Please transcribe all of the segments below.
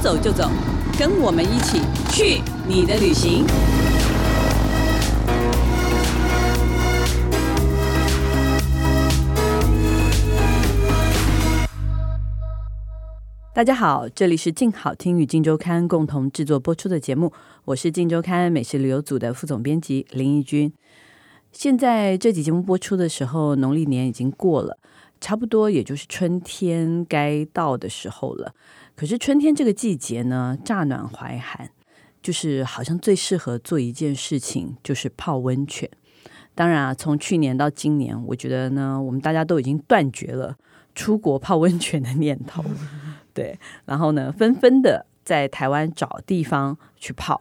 走就走，跟我们一起去你的旅行。大家好，这里是静好听与静周刊共同制作播出的节目，我是静周刊美食旅游组的副总编辑林义君。现在这期节目播出的时候，农历年已经过了，差不多也就是春天该到的时候了。可是春天这个季节呢，乍暖还寒，就是好像最适合做一件事情，就是泡温泉。当然啊，从去年到今年，我觉得呢，我们大家都已经断绝了出国泡温泉的念头，对。然后呢，纷纷的在台湾找地方去泡。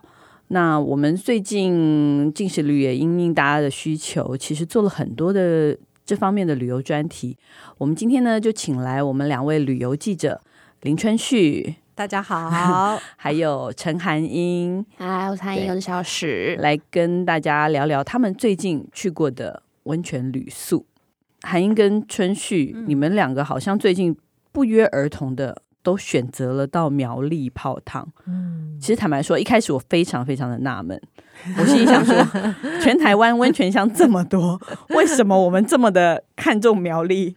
那我们最近进食旅也因应大家的需求，其实做了很多的这方面的旅游专题。我们今天呢，就请来我们两位旅游记者林春旭，大家好，还有陈涵英， 嗨，我是韩对英，我是小史。来跟大家聊聊他们最近去过的温泉旅宿。韩英跟春旭，嗯你们两个好像最近不约而同的都选择了到苗栗泡汤。嗯，其实坦白说，一开始我非常非常的纳闷，我心里想说，全台湾温泉乡这么多，为什么我们这么的看重苗栗？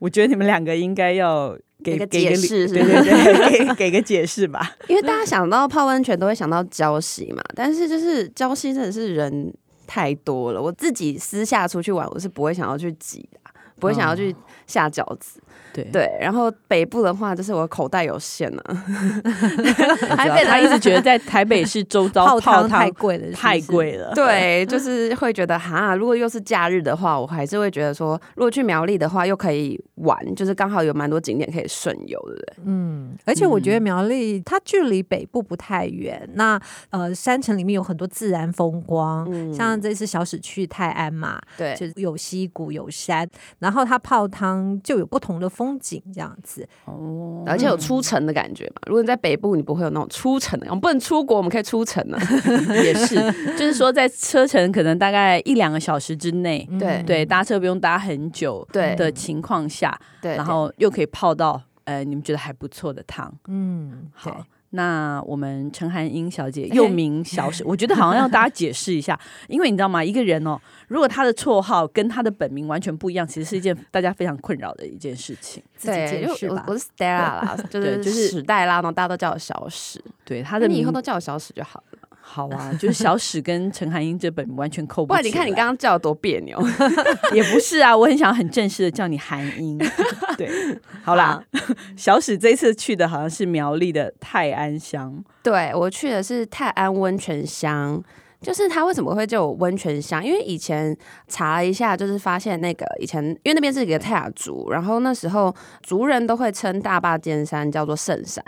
我觉得你们两个应该要给给个给解释对是 不对是对，给给个解释吧。因为大家想到泡温泉都会想到礁溪嘛，但是就是礁溪真的是人太多了。我自己私下出去玩，我是不会想要去挤的啊，不会想要去下饺子。对，对，然后北部的话，就是我口袋有限 啊，还台北他一直 觉得在台北市周遭泡泡汤汤太贵了，太贵了，对，就是会觉得哈，如果又是假日的话，我还是会觉得说，如果去苗栗的话，又可以玩，就是刚好有蛮多景点可以顺游，对不对？嗯，而且我觉得苗栗它距离北部不太远，那呃山城里面有很多自然风光。嗯像这次小史去泰安嘛，对，就有溪谷有山，然后它泡汤就有不同的风景这样子。哦而且 有出城的感觉嘛。如果你在北部，你不会有那种出城的，我们不能出国，我们可以出城啊。也是，就是说在车程可能大概一两个小时之内，嗯对对，搭车不用搭很久对的情况下， 对，然后又可以泡到呃你们觉得还不错的汤。嗯，对哎好，，那我们陈涵英小姐又名小 史，我觉得好像要大家解释一下，因为你知道吗？一个人哦，如果他的绰号跟他的本名完全不一样，其实是一件大家非常困扰的一件事情。自己对，解就释我吧我。是 Stella 啦，就对是就是史黛拉，然后大家都叫我小史。对他那的你以名后都叫我小史就好了，好啊，就是小史跟陈涵英这本完全扣不不起来。然你看你刚刚叫我多别扭。也不是啊，我很想很正式的叫你韩 英。对，好啦，小史这次去的好像是苗栗的泰安乡，对我去的是泰安温泉乡。就是它为什么会叫我温泉乡？因为以前查了一下，就是发现那个以前，因为那边是一个泰雅族，然后那时候族人都会称大坝尖山叫做圣山。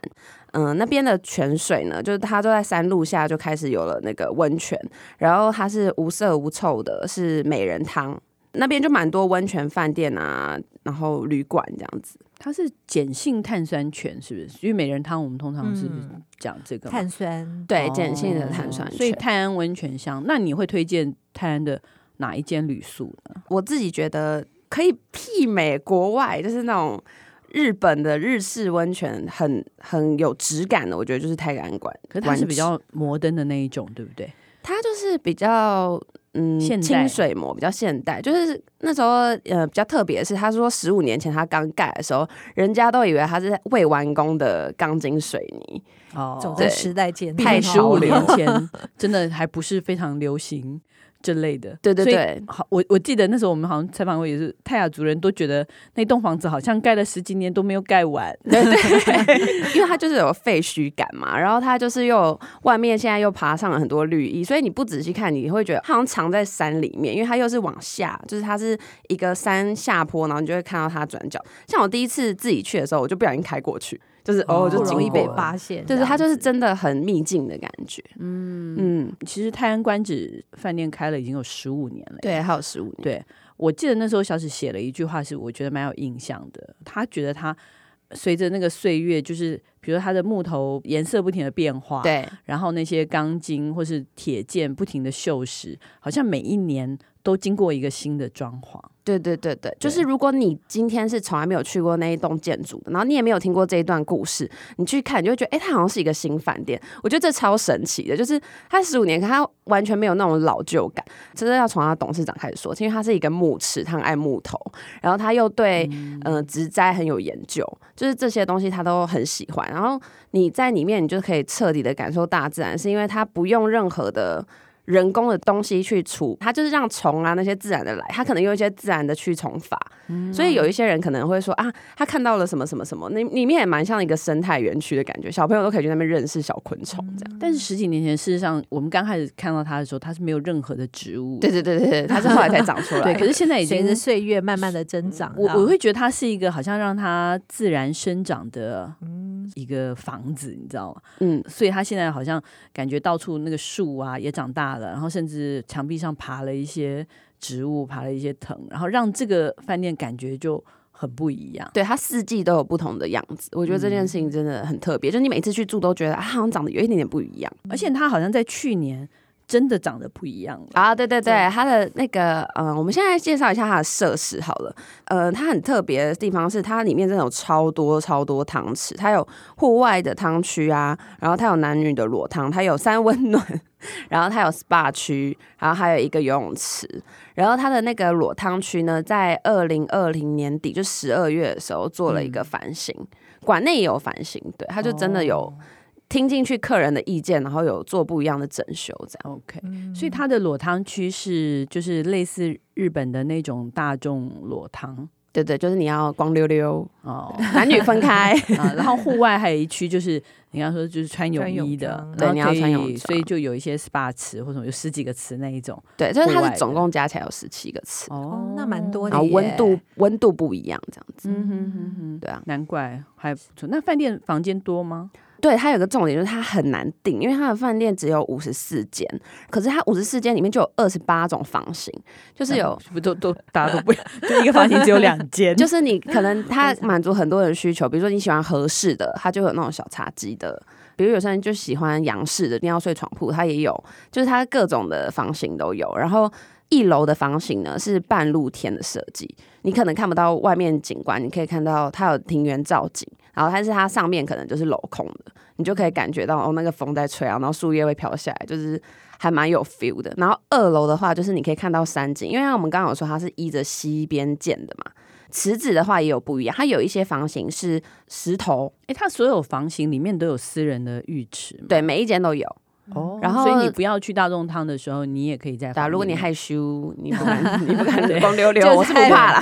嗯，那边的泉水呢，就是它就在山路下就开始有了那个温泉，然后它是无色无臭的，是美人汤。那边就蛮多温泉饭店啊，然后旅馆这样子。它是碱性碳酸泉，是不是？因为美人汤我们通常是嗯讲这个嘛、碳酸对，碱性的碳酸哦泉。所以泰安温泉乡，那你会推荐泰安的哪一间旅宿呢？我自己觉得可以媲美国外，就是那种日本的日式温泉很，很有质感的。我觉得就是泰安馆，可是它是馆比较摩登的那一种，对不对？它就是比较嗯现代清水模，比较现代。就是那时候呃比较特别的是，他说十五年前他刚盖的时候，人家都以为它是未完工的钢筋水泥。哦走对在时代尖端，太十潮五流年 前真的还不是非常流行这类的，对对所以对好，我我记得那时候我们好像采访过，也是泰雅族人都觉得那栋房子好像盖了十几年都没有盖完， 对对，因为它就是有废墟感嘛，然后它就是又外面现在又爬上了很多绿意，所以你不仔细看，你会觉得它好像藏在山里面，因为它又是往下，就是它是一个山下坡，然后你就会看到它转角。像我第一次自己去的时候，我就不小心开过去，就是偶尔就不哦经容易过被了。发现这就样子。是它就是真的很秘境的感觉，嗯嗯， 其实泰安官址饭店开了已经有十五年了。对，还有十五年，对我记得那时候小史写了一句话，是我觉得蛮有印象的。他觉得他随着那个岁月，就是比如说它的木头颜色不停的变化，，对然后那些钢筋或是铁件不停的锈蚀，好像每一年都经过一个新的装潢。对对对对，就是如果你今天是从来没有去过那一栋建筑的，然后你也没有听过这一段故事，你去看，你就会觉得，哎、它好像是一个新饭店。我觉得这超神奇的，就是它十五年，可它完全没有那种老旧感。真的要从它董事长开始说，因为它是一个木池，他很爱木头，然后他又对嗯、呃植栽很有研究，就是这些东西他都很喜欢。然后你在里面，你就可以彻底的感受大自然，是因为它不用任何的。人工的东西去除，它就是让虫啊那些自然的来，它可能用一些自然的驱虫法，嗯所以有一些人可能会说啊，他看到了什么什么什么，那里面也蛮像一个生态园区的感觉，小朋友都可以去那边认识小昆虫嗯这样。但是十几年前，事实上我们刚开始看到它的时候，它是没有任何的植物的。对对对对对，它是后来才长出来的。 对，可是现在已随经着啊岁月慢慢的增嗯长。我这样我会觉得它是一个好像让它自然生长的嗯一个房子，你知道吗？ 嗯，所以它现在好像感觉到处那个树啊也长大了，然后甚至墙壁上爬了一些植物，爬了一些藤，然后让这个饭店感觉就很不一样。对，它四季都有不同的样子，我觉得这件事情真的很特别，嗯就是你每次去住都觉得啊，好像长得有一点点不一样而且它好像在去年真的长得不一样了。啊。对对对，它的那个嗯、呃我们现在介绍一下它的设施好了。呃，它很特别的地方是它里面真的有超多超多汤池，它有户外的汤区啊，然后它有男女的裸汤，它有三温暖。然后它有 SPA 区，然后还有一个游泳池，然后它的那个裸汤区呢，在二零二零年底就十二月的时候做了一个反省，馆内也有反省，对，它就真的哦有听进去客人的意见，然后有做不一样的整修，这样哦 OK，、所以它的裸汤区是就是类似日本的那种大众裸汤对对，就是你要光溜溜， 哦。男女分开，啊，然后户外还有一区，就是你刚刚说就是穿泳穿泳衣的装，然后对你要可以穿泳装所以就有一些 SPA 池或者有十几个池那一种。 对，就是它户外是的总共加起来有十七个词，哦，那蛮多的然后耶。温度温度不一样，这样子，嗯哼哼哼，对啊，难怪还不错。那饭店房间多吗？对，它有个重点就是它很难订，因为它的饭店只有五十四间，可是它五十四间里面就有二十八种房型，就是有。不都都大家都 不就一个房间只有两间，就是你可能它满足很多人需求，比如说你喜欢合适的，它就有那种小茶几的；，比如有些人就喜欢洋式的，一定要睡床铺，它也有，就是它各种的房型都有。然后一楼的房型呢是半露天的设计，你可能看不到外面景观，你可以看到它有庭园造景，然后但是它上面可能就是镂空的，你就可以感觉到哦那个风在吹啊，然后树叶会飘下来，就是还蛮有 feel 的。然后二楼的话，就是你可以看到山景，因为我们刚刚有说它是依着西边建的嘛。池子的话也有不一样，它有一些房型是石头，哎，它所有房型里面都有私人的浴池嘛。对，每一间都有。哦然后所以你不要去大众汤的时候，你也可以在对啊，房如果里你面害羞，你 不敢，你不敢光溜就溜，我是不太怕啦。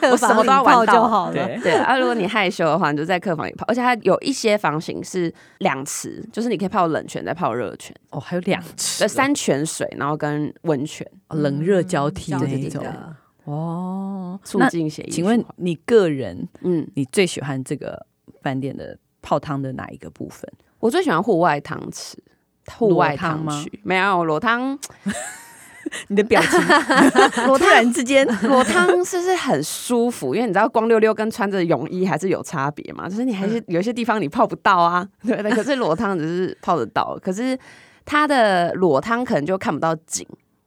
客 我什房么里都要玩泡到就好了。对对啊，如果你害羞的话，你就在客房里泡，而且它有一些房型是两池，就是你可以泡冷泉，再泡热泉，哦，还有两池呃，哦山泉水，然后跟温泉，哦冷热交嗯替那嗯的一一种种。哦。促那进血液请循环。问你个人嗯，你最喜欢这个饭店的泡汤的哪一个部分？我最喜欢户外汤池。户外裸汤汤吗区没有裸汤， 你的表情裸突汤然之间， 裸汤是不是很舒服？因为你知道光溜溜跟穿着泳衣还是有差别嘛，就是你还是有些地方你泡不到啊， 对不对？可是裸汤只是泡得到，可是它的裸汤可能就看不到景，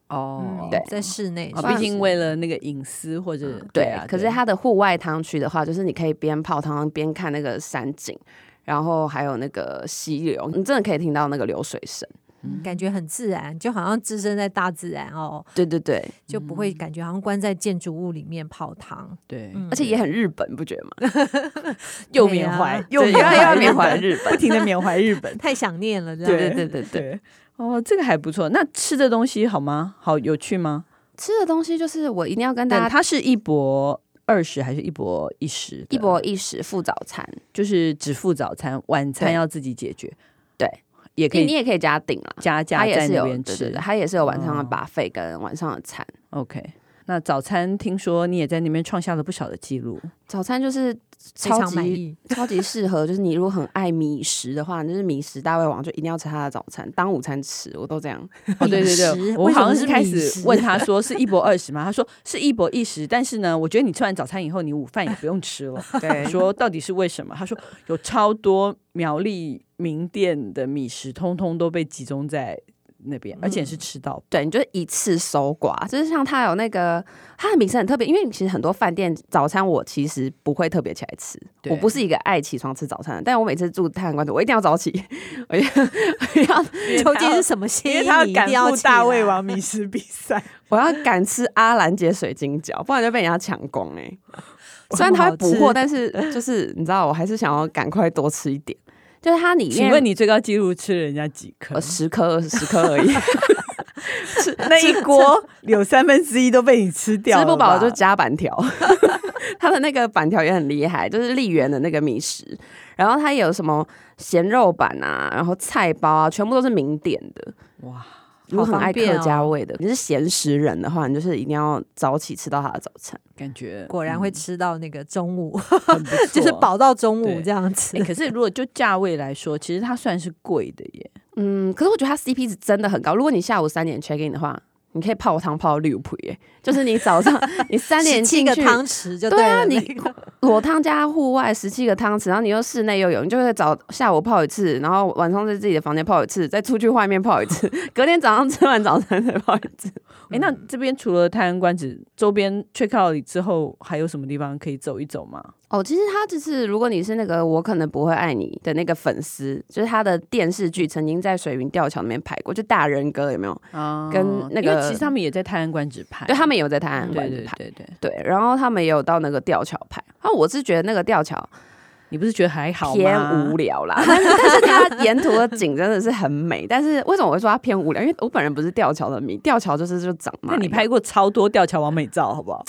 哦对嗯在室内啊，算毕是嗯竟为了那个隐私或者对啊，可是对它的户外汤区的话，就是你可以边泡汤边看那个山景。然后还有那个溪流，你真的可以听到那个流水声。感觉很自然，就好像置身在大自然哦，对对对，就不会感觉好像关在建筑物里面泡汤。对，嗯嗯而且也很日本，不觉得吗？又对缅啊。怀，对缅又怀要缅怀日本，不停的缅怀日本 太想念了，这对样对对对对对，哦，这个还不错。那吃的东西好吗？好有趣吗？吃的东西就是我一定要跟大但家它是一博二十还是一博一十的？一博一食付早餐，就是只付早餐，晚餐对要自己解决。对，也可你你以也可以加订啦。加价它也在是那有边对对吃对，。它也是有晚上的哦 buffet 跟晚上的餐。 OK，那早餐听说你也在那边创下了不少的记 录。早餐就是非超常满级。意超级适合，就是你如果很爱米食的话，你就是米食大胃王，就一定要吃它的早餐，当午餐吃，我都这样。哦，对对 饮对，食我为什好像么是是开饮始食问啊他说是一博二十吗？他说是一博一十，但是呢，我觉得你吃完早餐以后，你午饭也不用吃了。 对说到底是为什么？他说有超多苗栗名店的米食，通通都被集中在那边，而且嗯是吃到对，你就一次搜刮，就是像它有那个，它的名声很特别，因为其实很多饭店早餐我其实不会特别起来吃，对我不是一个爱起床吃早餐的，但我每次住太阳馆，我一定要早起，我一定要 我一定要究竟是什么心因意？为他要你一赶定要啊赴起大啊来胃 王迷失比赛，我要敢吃阿兰姐水晶饺，不然就被人家抢光哎、虽然它会补这么货，好吃但是就是你知道，我还是想要赶快多吃一点。就是它里面，请问你最高纪录吃人家几颗呃？十颗十颗而已， 那一锅有三分之一都被你吃掉吃了吧，不饱就加板条。 它的那个板条也很厉害，就是丽园的那个米食，然后它有什么咸肉板啊，然后菜包啊，全部都是名店的。哇，如果很爱方便客哦家味的，你是咸食人的话，你就是一定要早起吃到它的早餐。感觉果然会嗯吃到那个中午，很不 错就是饱到中午对这样子欸。可是如果就价位来说，其实它算是贵的耶。嗯，可是我觉得它 CP 值真的很高。如果你下午三点 check in 的话，你可以泡汤泡到六倍耶，就是你早 上你三点七进个去，汤匙就对啊，了那你裸汤加户外十七个汤匙，然后你又室内又有，你就会早下午泡一次，然后晚上在自己的房间泡一次，再出去外面泡一次， 隔天早上吃完早餐再泡一次。哎、那这边除了太阳观止周边 check out 之后，还有什么地方可以走一走吗？哦，其实他就是，如果你是那个我可能不会爱你的那个粉丝，就是他的电视剧曾经在水云吊桥那边拍过，就大人哥有没有？啊跟那因为个其实他们也在太阳观止拍，哎对他们也有在泰安对馆对拍，对对，对，然后他们也有到那个吊桥拍。啊，我是觉得那个吊桥你不是觉得还好吗？偏无聊啦，但是但是它沿途的景真的是很美。但是为什么我会说它偏无聊？因为我本人不是吊桥的迷，吊桥就是就长嘛。那你拍过超多吊桥完美照，好不 好？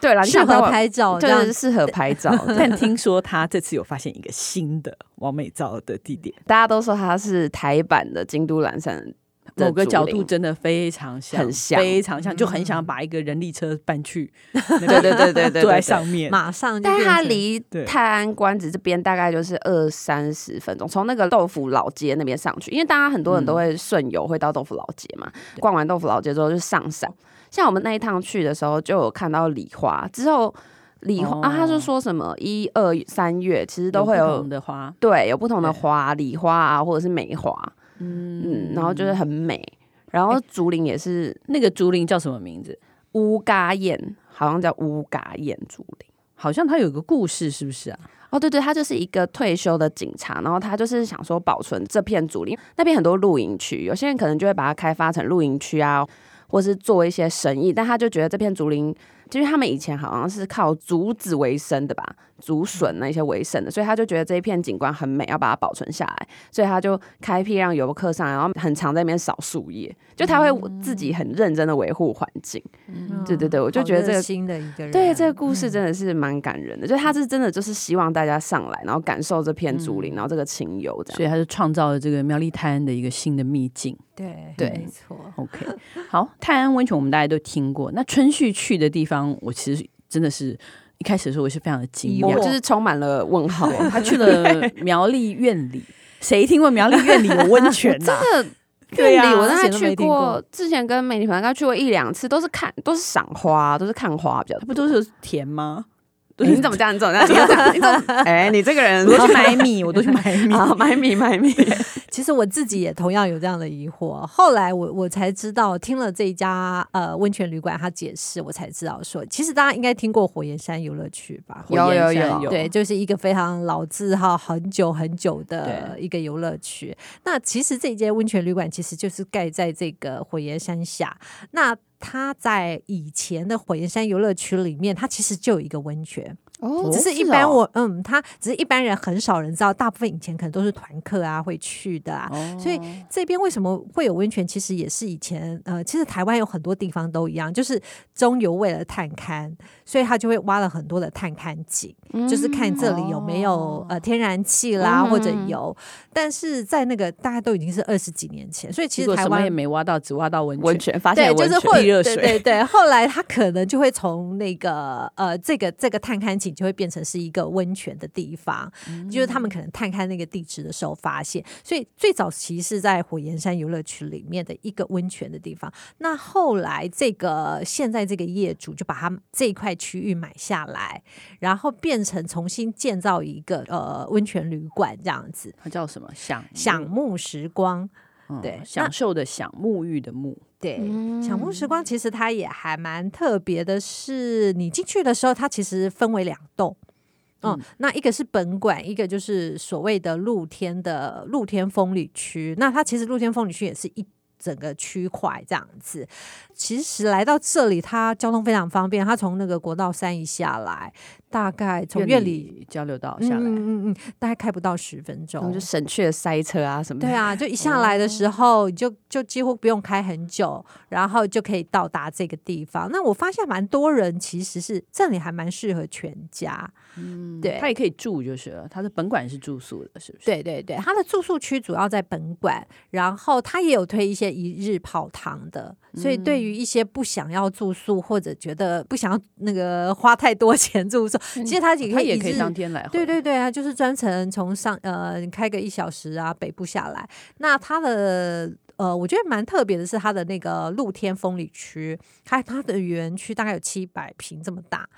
对啦，你适想合到拍照这就样是。适合拍照 的。但听说他这次有发现一个新的完美照的地点，大家都说它是台版的京都岚山的某个角竹度林。真的非常像，很像嗯非常像，就很想把一个人力车搬去 那边，对对 对对对坐在对上面。马上就但是变它成离对泰安关子这边大概就是二三十分钟，从那个豆腐老街那边上去，因为大家很多嗯人都会顺游会到豆腐老街嘛，逛完豆腐老街之后就上山。像我们那一趟去的时候，就有看到梨花，之后梨花、哦啊，他就说什么一二三月其实都会有不有同的花，对有不同的对花，梨花啊或者是梅花，嗯，然后就是很美。然哎后竹林也是那个竹林叫什么名字？乌嘎燕，好像叫乌嘎燕竹林。好像它有个故事，是不是啊？哦，对对，他就是一个退休的警察，然后他就是想说保存这片竹林，那边很多露营区，有些人可能就会把它开发成露营区啊，或是做一些生意，但他就觉得这片竹林，就是他们以前好像是靠竹子为生的吧，竹笋那些为生的，所以他就觉得这一片景观很美，要把它保存下来，所以他就开辟让游客上来，然后很常在那边扫树叶，就他会自己很认真的维护环境。嗯对对对我就觉得这个新的一个人，对，这个故嗯事真的是蛮感人的，就他是真的就是希望大家上来，然后感受这片竹嗯林，然后这个情游这所以样。它就创造了这个苗栗泰安的一个新的秘境。对对没错， OK，好，泰安温泉我们大家都听过。那春旭去的地方，我其实真的是一开始的时候我是非常的惊以我讶，就是充满了问号， 他去了苗栗院里，谁听过苗栗院里有温 泉啊呐、这个对院里啊我大概之前都去没听过过，之前跟美女朋友大概去过一两次，都是看都是赏花，都是看花比较它不多。都是甜吗？哎你怎么这样？你怎 么这样？你怎么这样？你怎么？哎，你这个人我都去买米，我都去买 米。 啊，买米买米，其实我自己也同样有这样的疑惑，后来我我才知道，听了这一家呃温泉旅馆他解释，我才知道说，其实大家应该听过火焰山游乐区吧？有火焰有山有对，就是一个非常老字号很久很久的对一个游乐区。那其实这一间温泉旅馆其实就是盖在这个火焰山下。那它在以前的火焰山游乐区里面，它其实就有一个温泉，哦只是一般哦我、嗯，它只是一般人很少人知道，大部分以前可能都是团客啊会去的啊。哦所以这边为什么会有温泉？其实也是以前呃，其实台湾有很多地方都一样，就是中游为了探勘，所以他就会挖了很多的探勘井，就是看这里有没有、嗯哦呃天然气啦、嗯或者油。但是在那个大概都已经是二十几年前，所以其结实果台什么湾也没挖到，只挖到温泉。温泉发现对，有就温是泉会地热对水对 对。后来他可能就会从那个呃，这个这个探勘井就会变成是一个温泉的地方，嗯就是他们可能探勘那个地质的时候发现，所以最早期是在火焰山游乐区里面的一个温泉的地方。那后来这个现在这个业主就把他这一块区域买下来，然后变成重新建嗯造一个呃温泉旅馆这样子。它叫什么？想享木时光。嗯对享那受的享，沐浴的沐，对，嗯享木时光其实它也还蛮特别的是，你进去的时候，它其实分为两栋。嗯嗯，那一个是本馆，一个就是所谓的露天的露天风旅区。那它其实露天风旅区也是一整个区块这样子。其实来到这里，它交通非常方便，它从那个国道三一下来，大概从院里交流道嗯下来，嗯嗯嗯，大概开不到十分然钟后就。省去了塞车啊嗯什么的。哦对，啊，就一下来的时哦候，你就就几乎不用开很久，然后就可以到达这个地方。那我发现蛮多人其实是这里还蛮适合全家，嗯对它也可以住就是了。它的本馆是住宿的，是不是？对对对，它的住宿区主要在本馆，然后它也有推一些一日泡汤的，所以嗯对于一些不想要住宿或者觉得不想要那个花太多钱住宿，其实它也可以它嗯也一可以日当天来回，对对对啊，就是专程从上呃你开个一小时啊，北部下来。那它的呃，我觉得蛮特别的是它的那个露天风里区，它它的园区大概有七百平这么大。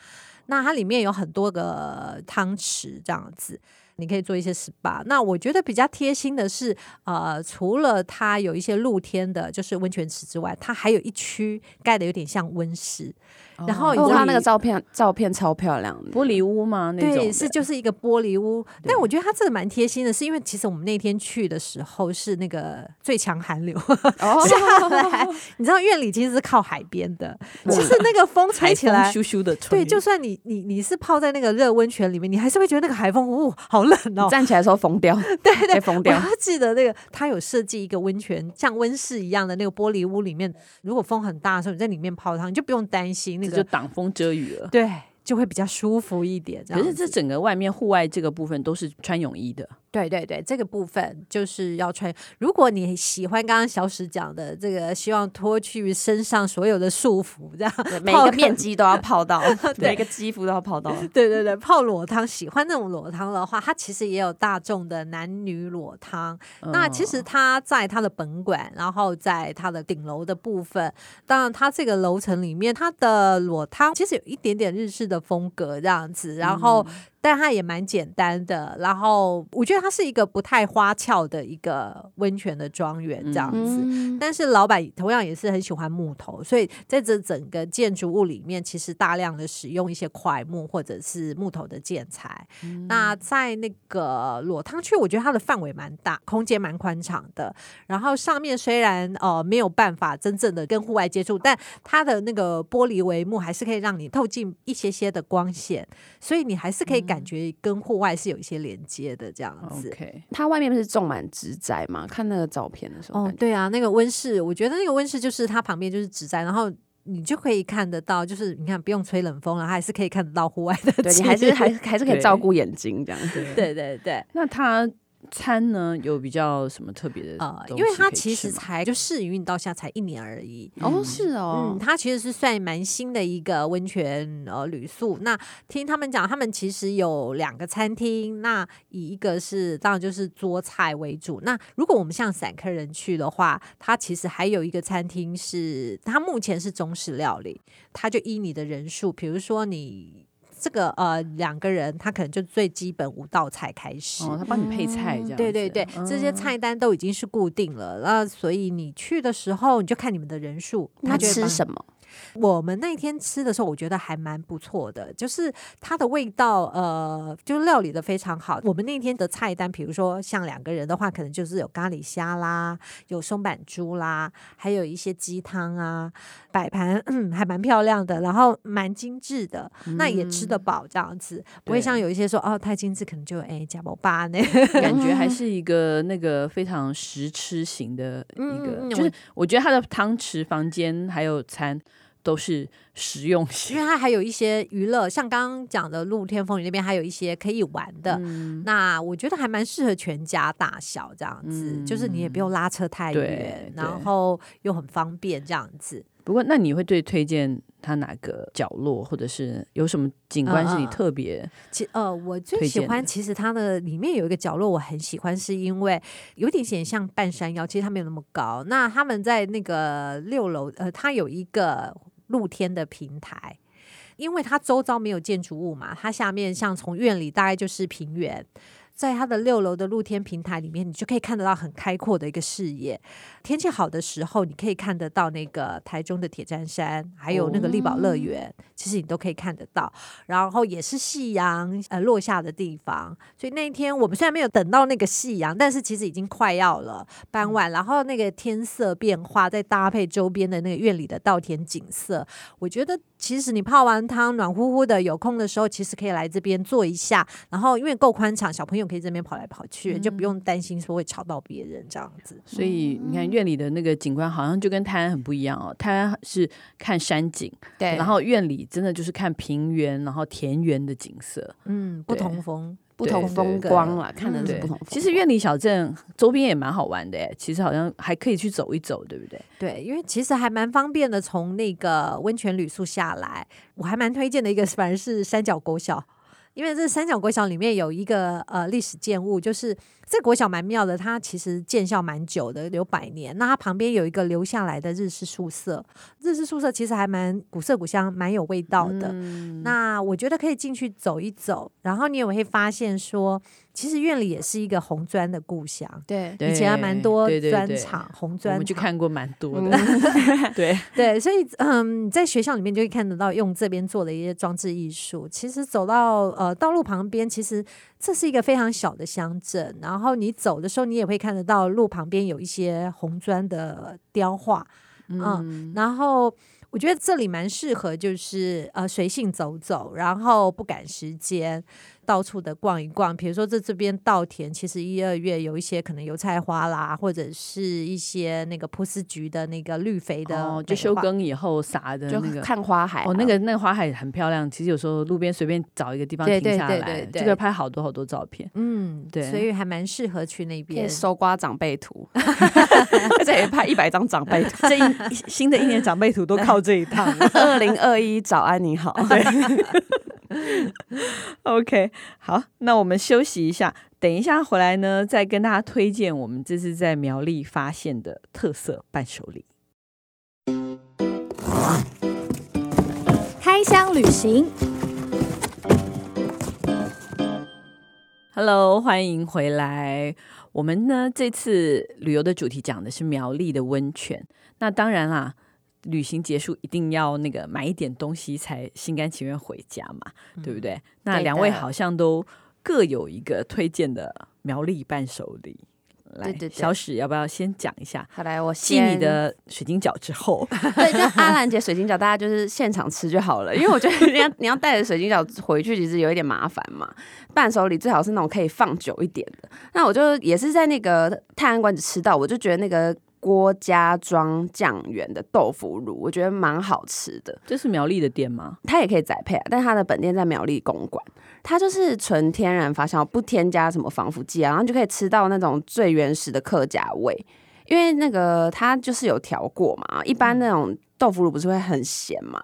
那它里面有很多个汤池这样子，你可以做一些 SPA。那我觉得比较贴心的是，呃，除了它有一些露天的，就是温泉池之外，它还有一区盖的有点像温室，哦，然后我看到玻璃那个照片，照片超漂亮的，玻璃屋嘛那种的，对，是就是一个玻璃屋。但我觉得它真的蛮贴心的，是因为其实我们那天去的时候是那个最强寒 流 哦下来，你知道院里其实是靠海边的，其实那个风吹海起风来。咻咻的吹，对，就算你你你是泡在那个热温泉里面，你还是会觉得那个海风，呜、好冷哦。站起来的时候疯掉， 对对被疯我掉要。记得那个，它有设计一个温泉，像温室一样的那个玻璃屋里面，如果风很大的时候，你在里面泡汤，你就不用担心那这就个，挡风遮雨了。对，就会比较舒服一点。可样是这子整个外面户外这个部分都是穿泳衣的，对对对，这个部分就是要穿。如果你喜欢刚刚小史讲的这个，希望脱去身上所有的束缚，这样 对每一泡个个面积都要泡 到，对每一个肌肤都要泡到。对对对，泡裸汤，喜欢那种裸汤的话，它其实也有大众的男女裸汤。嗯那其实它在它的本馆，然后在它的顶楼的部分，当然它这个楼层里面，它的裸汤其实有一点点日式的风格这样子，然后。但它也蛮简单的，然后我觉得它是一个不太花俏的一个温泉的庄园这样 子。嗯，但是老板同样也是很喜欢木头，所以在这整个建筑物里面，其实大量的使用一些块木或者是木头的建材。那在那个裸汤区，我觉得它的范围蛮大，空间蛮宽敞的。然后上面虽然呃没有办法真正的跟户外接触，但它的那个玻璃帷幕还是可以让你透进一些些的光线，所以你还是可以感觉跟户外是有一些连接的这样子。 OK，它外面不是种满植栽嘛？看那个照片的时候，哦，感觉对啊，那个温室，我觉得那个温室就是它旁边就是植栽，然后你就可以看得到，就是你看不用吹冷风了，它还是可以看得到户外的对景。你还 是还是还是可以照顾眼睛这样。对对对。那它餐呢有比较什么特别的呃，东因为西它可以其吃实吗才就适于你到现在才一年而已，哦，是哦嗯，，它其实是算蛮新的一个温泉呃旅宿。那听他们讲，他们其实有两个餐厅，那以一个是当然就是桌菜为主。那如果我们像散客人去的话，它其实还有一个餐厅是它目前是中式料理，它就依你的人数，比如说你。这个呃，两个人他可能就最基本五道菜开始，哦，它帮你配菜这样子，嗯对对对，这些嗯菜单都已经是固定了，那所以你去的时候你就看你们的人数，那他就会吃帮什么？我们那天吃的时候，我觉得还蛮不错的，就是它的味道，呃，就料理的非常好。我们那天的菜单，比如说像两个人的话，可能就是有咖喱虾啦，有松板猪啦，还有一些鸡汤啊，摆盘、 嗯、还蛮漂亮的，然后蛮精致的，那也吃得饱这样子，不会对像有一些说哦太精致，可能就哎加包吧 那 感觉还是一个那个非常实吃型的一个，嗯嗯嗯就是我觉得它的汤池、房间还有餐都是实用因型。为它还有一些娱乐，像刚刚讲的露天风雨那边还有一些可以玩的，嗯那我觉得还蛮适合全家大小这样子，就是你也不用拉车太对嗯远，对然后又很方便这样子。 不过，那你会最推荐它哪个角落，或者是有什么景观是你嗯嗯嗯特别？其呃，我最推喜荐欢的其实它的里面有一个角落我很喜欢，是因为有点点像半山腰，其实它没有那么高。那他们在那个六楼，呃，它有一个露天的平台。因为它周遭没有建筑物嘛，它下面像从院里大概就是平原，在它的六楼的露天平台里面，你就可以看得到很开阔的一个视野。天气好的时候，你可以看得到那个台中的铁站山，还有那个力宝乐园，其实你都可以看得到。然后也是夕阳呃落下的地方，所以那一天我们虽然没有等到那个夕阳，但是其实已经快要了傍晚。然后那个天色变化，再搭配周边的那个院里的稻田景色，我觉得其实你泡完汤暖乎乎的，有空的时候其实可以来这边坐一下。然后因为够宽敞，小朋友可以这边跑来跑去，就不用担心说会吵到别人这样子。所以你嗯看院里的那个景观好像就跟泰安很不一样哦，泰安是看山景，对，然后院里真的就是看平原，然后田园的景色。嗯，不对同风。不同风对光啦，看的是嗯对不同风，其实院里小镇周边也蛮好玩的诶，其实好像还可以去走一走，对不对？对，因为其实还蛮方便的，从那个温泉旅宿下来，我还蛮推荐的一个， 反而是三角国小。因为这三角国小里面有一个呃历史建物，就是这国小蛮妙的，它其实建校蛮久的，有百年。那它旁边有一个留下来的日式宿舍，日式宿舍其实还蛮古色古香，蛮有味道的。嗯那我觉得可以进去走一走，然后你也会发现说，其实院里也是一个红砖的故乡，对，对以前还蛮多对对砖对厂、红我砖们去厂看过蛮多的，嗯 对， 对，所以嗯，在学校里面就会看得到用这边做的一些装置艺术。其实走到呃道路旁边，其实这是一个非常小的乡镇。然后你走的时候，你也会看得到路旁边有一些红砖的雕画，嗯，然后。我觉得这里蛮适合，就是呃随性走走，然后不赶时间，到处的逛一逛。比如说在这边稻田，其实一二月有一些可能油菜花啦，或者是一些那个波斯菊的那个绿肥的、哦，就休。耕以后撒的就那个。看花海啊，哦，那个那个花海很漂亮。其实有时候路边随便找一个地方对停对下对来，对就对可以拍好多好多照片。嗯，对所以还蛮适合去那可以边。搜刮长辈 图，而且也拍一百张长 辈 图。这一新的一年长辈图都靠这一趟了。二零二一早安你好， OK，好，那我们休息一下，等一下回来呢，再跟大家推荐我们这次在苗栗发现的特色伴手礼。开箱旅行， Hello，欢迎回来。我们呢这次旅游的主题讲的是苗栗的温泉。那当然啦，旅行结束一定要那个买一点东西才心甘情愿回家嘛，对不对？那嗯对两位的好像都各有一个推荐的苗栗伴手礼。来，对对小史要不要先讲一下？好来我继先你的水晶饺之 后，对，就阿兰姐水晶饺，大家就是现场吃就好了，因为我觉得你要 你要带着水晶饺回去，其实有一点麻烦嘛。伴手礼最好是那种可以放久一点的。那我就也是在那个泰安馆子吃到，我就觉得那个。郭家庄酱园的豆腐乳，我觉得蛮好吃的。这是苗栗的店吗？它也可以宅配啊，但它的本店在苗栗公馆，它就是纯天然发酵，不添加什么防腐剂啊，然后就可以吃到那种最原始的客家味。因为那个它就是有调过嘛，一般那种豆腐乳不是会很咸嘛，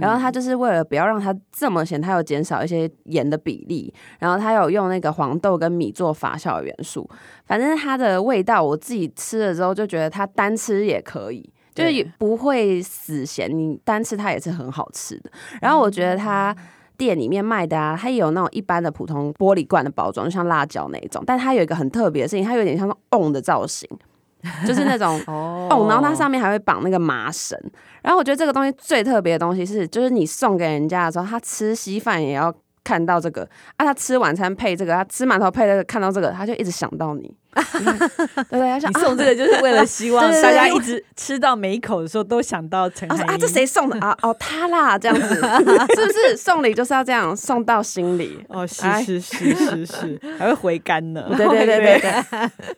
然后它就是为了不要让它这么咸，它有减少一些盐的比例，然后它有用那个黄豆跟米做发酵的元素，反正它的味道我自己吃了之后就觉得它单吃也可以。就是对也不会死咸，你单吃它也是很好吃的。然后我觉得它店里面卖的啊，它也有那种一般的普通玻璃罐的包装，就像辣椒那一种，但它有一个很特别的事情，它有点像是瓮的造型，就是那种哦瓮，然后它上面还会绑那个麻绳。然后我觉得这个东西最特别的东西是，就是你送给人家的时候，他吃稀饭也要。看到这个啊，他吃晚餐配这个，他吃馒头配这个，看到这个他就一直想到你， 对不对？他啊想你送这个就是为了希望啊 对对对大家一直吃到每一口的时候都想到陈啊海说英。啊，这谁送的啊？哦，他啦，这样子 是不是送礼就是要这样送到心里？ 哦，是哎是是是是，还会回甘 呢。对 对对对对，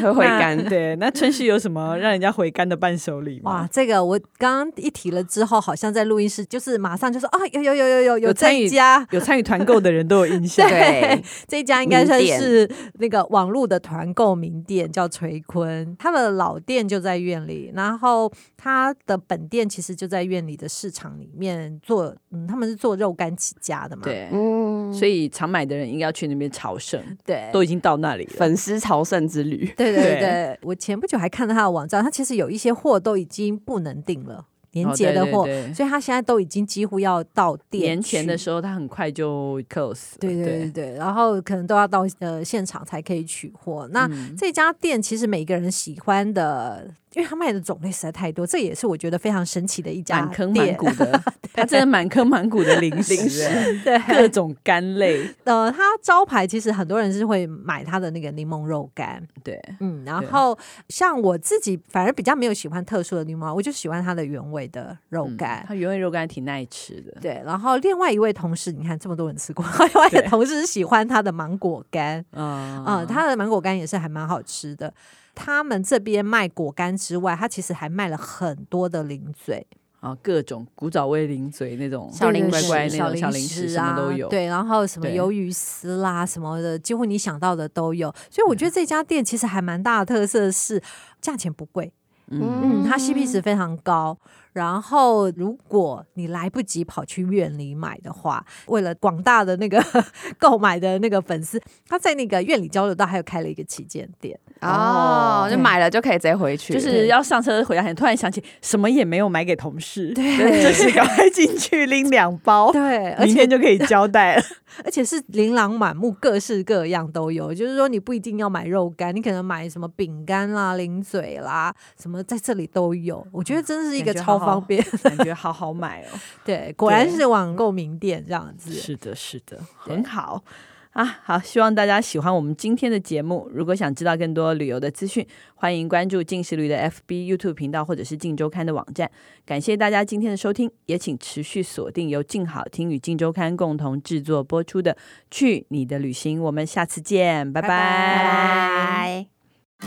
很回甘。那 对，那春旭有什么让人家回甘的伴手嗯礼哇，吗？这个我刚刚一提了之后，好像在录音室就是马上就说啊，有有有有有有这参一与家， 有参与团购的人都有印 象。对，这一家应该名算店是那个网络的团购名店，叫垂坤，它的老店就在院里，然后它的本店其实就在院里的市场里面做，嗯，他们是做肉干起家的嘛，对，嗯，所以常买的人应该要去那边朝圣，对都已经到那里了。粉丝朝圣之旅，对对对对，我前不久还看到他的网站，他其实有一些货都已经不能订了。年节的货，哦对对对所以它现在都已经几乎要到店年前的去时候，它很快就 close 了。对对对对，对，然后可能都要到呃现场才可以取货。那、嗯这家店其实每个人喜欢的，因为它卖的种类实在太多，这也是我觉得非常神奇的一家满坑满店。谷 的，它真的满坑满谷的零食，哎各种干 类。呃，它招牌其实很多人是会买它的那个柠檬肉干，对，嗯，然对啊后像我自己反而比较没有喜欢特殊的柠檬，我就喜欢它的原味的肉嗯干。它原味肉干挺耐吃的。对，然后另外一位同事，你看这么多人 吃过，另外一个对同事是喜欢它的芒果干，啊嗯啊、它的芒果干也是还蛮好吃的。他们这边卖果干之外，它其实还卖了很多的零嘴，啊，各种古早味零嘴那种小零乖食乖那小种小零食食，什啊，么都有。对，然后什么对鱿鱼丝啦什么的，几乎你想到的都有。所以我觉嗯得这家店其实还蛮大的特色是价钱不贵，嗯，嗯，它 CP 值非常高。然后，如果你来不及跑去院里买的话，为了广大的那个 购买的那个粉丝，他在那个院里交流道还有开了一个旗舰店。哦，就对买了就可以直接回去，就是要上车回家前，突然想起什么也没有买给同事，对 就是赶快进去拎两包，对，而明且天就可以交代了。而且是琳琅满目，各式各样都有。就是说，你不一定要买肉干，你可能买什么饼干啦、零嘴啦，什么在这里都有。我觉得真是一个感觉超好方便。感觉好好买哦。对，果然对是网购名店这样子。是的，是的，对很好啊！好，希望大家喜欢我们今天的节目。如果想知道更多旅游的资讯，欢迎关注静时旅的 FB、YouTube 频道或者是静周刊的网站。感谢大家今天的收听，也请持续锁定由静好听与静周刊共同制作播出的《去你的旅行》，我们下次见，拜拜拜拜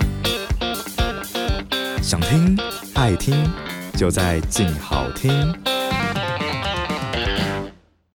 拜。想听爱听，就在静好听。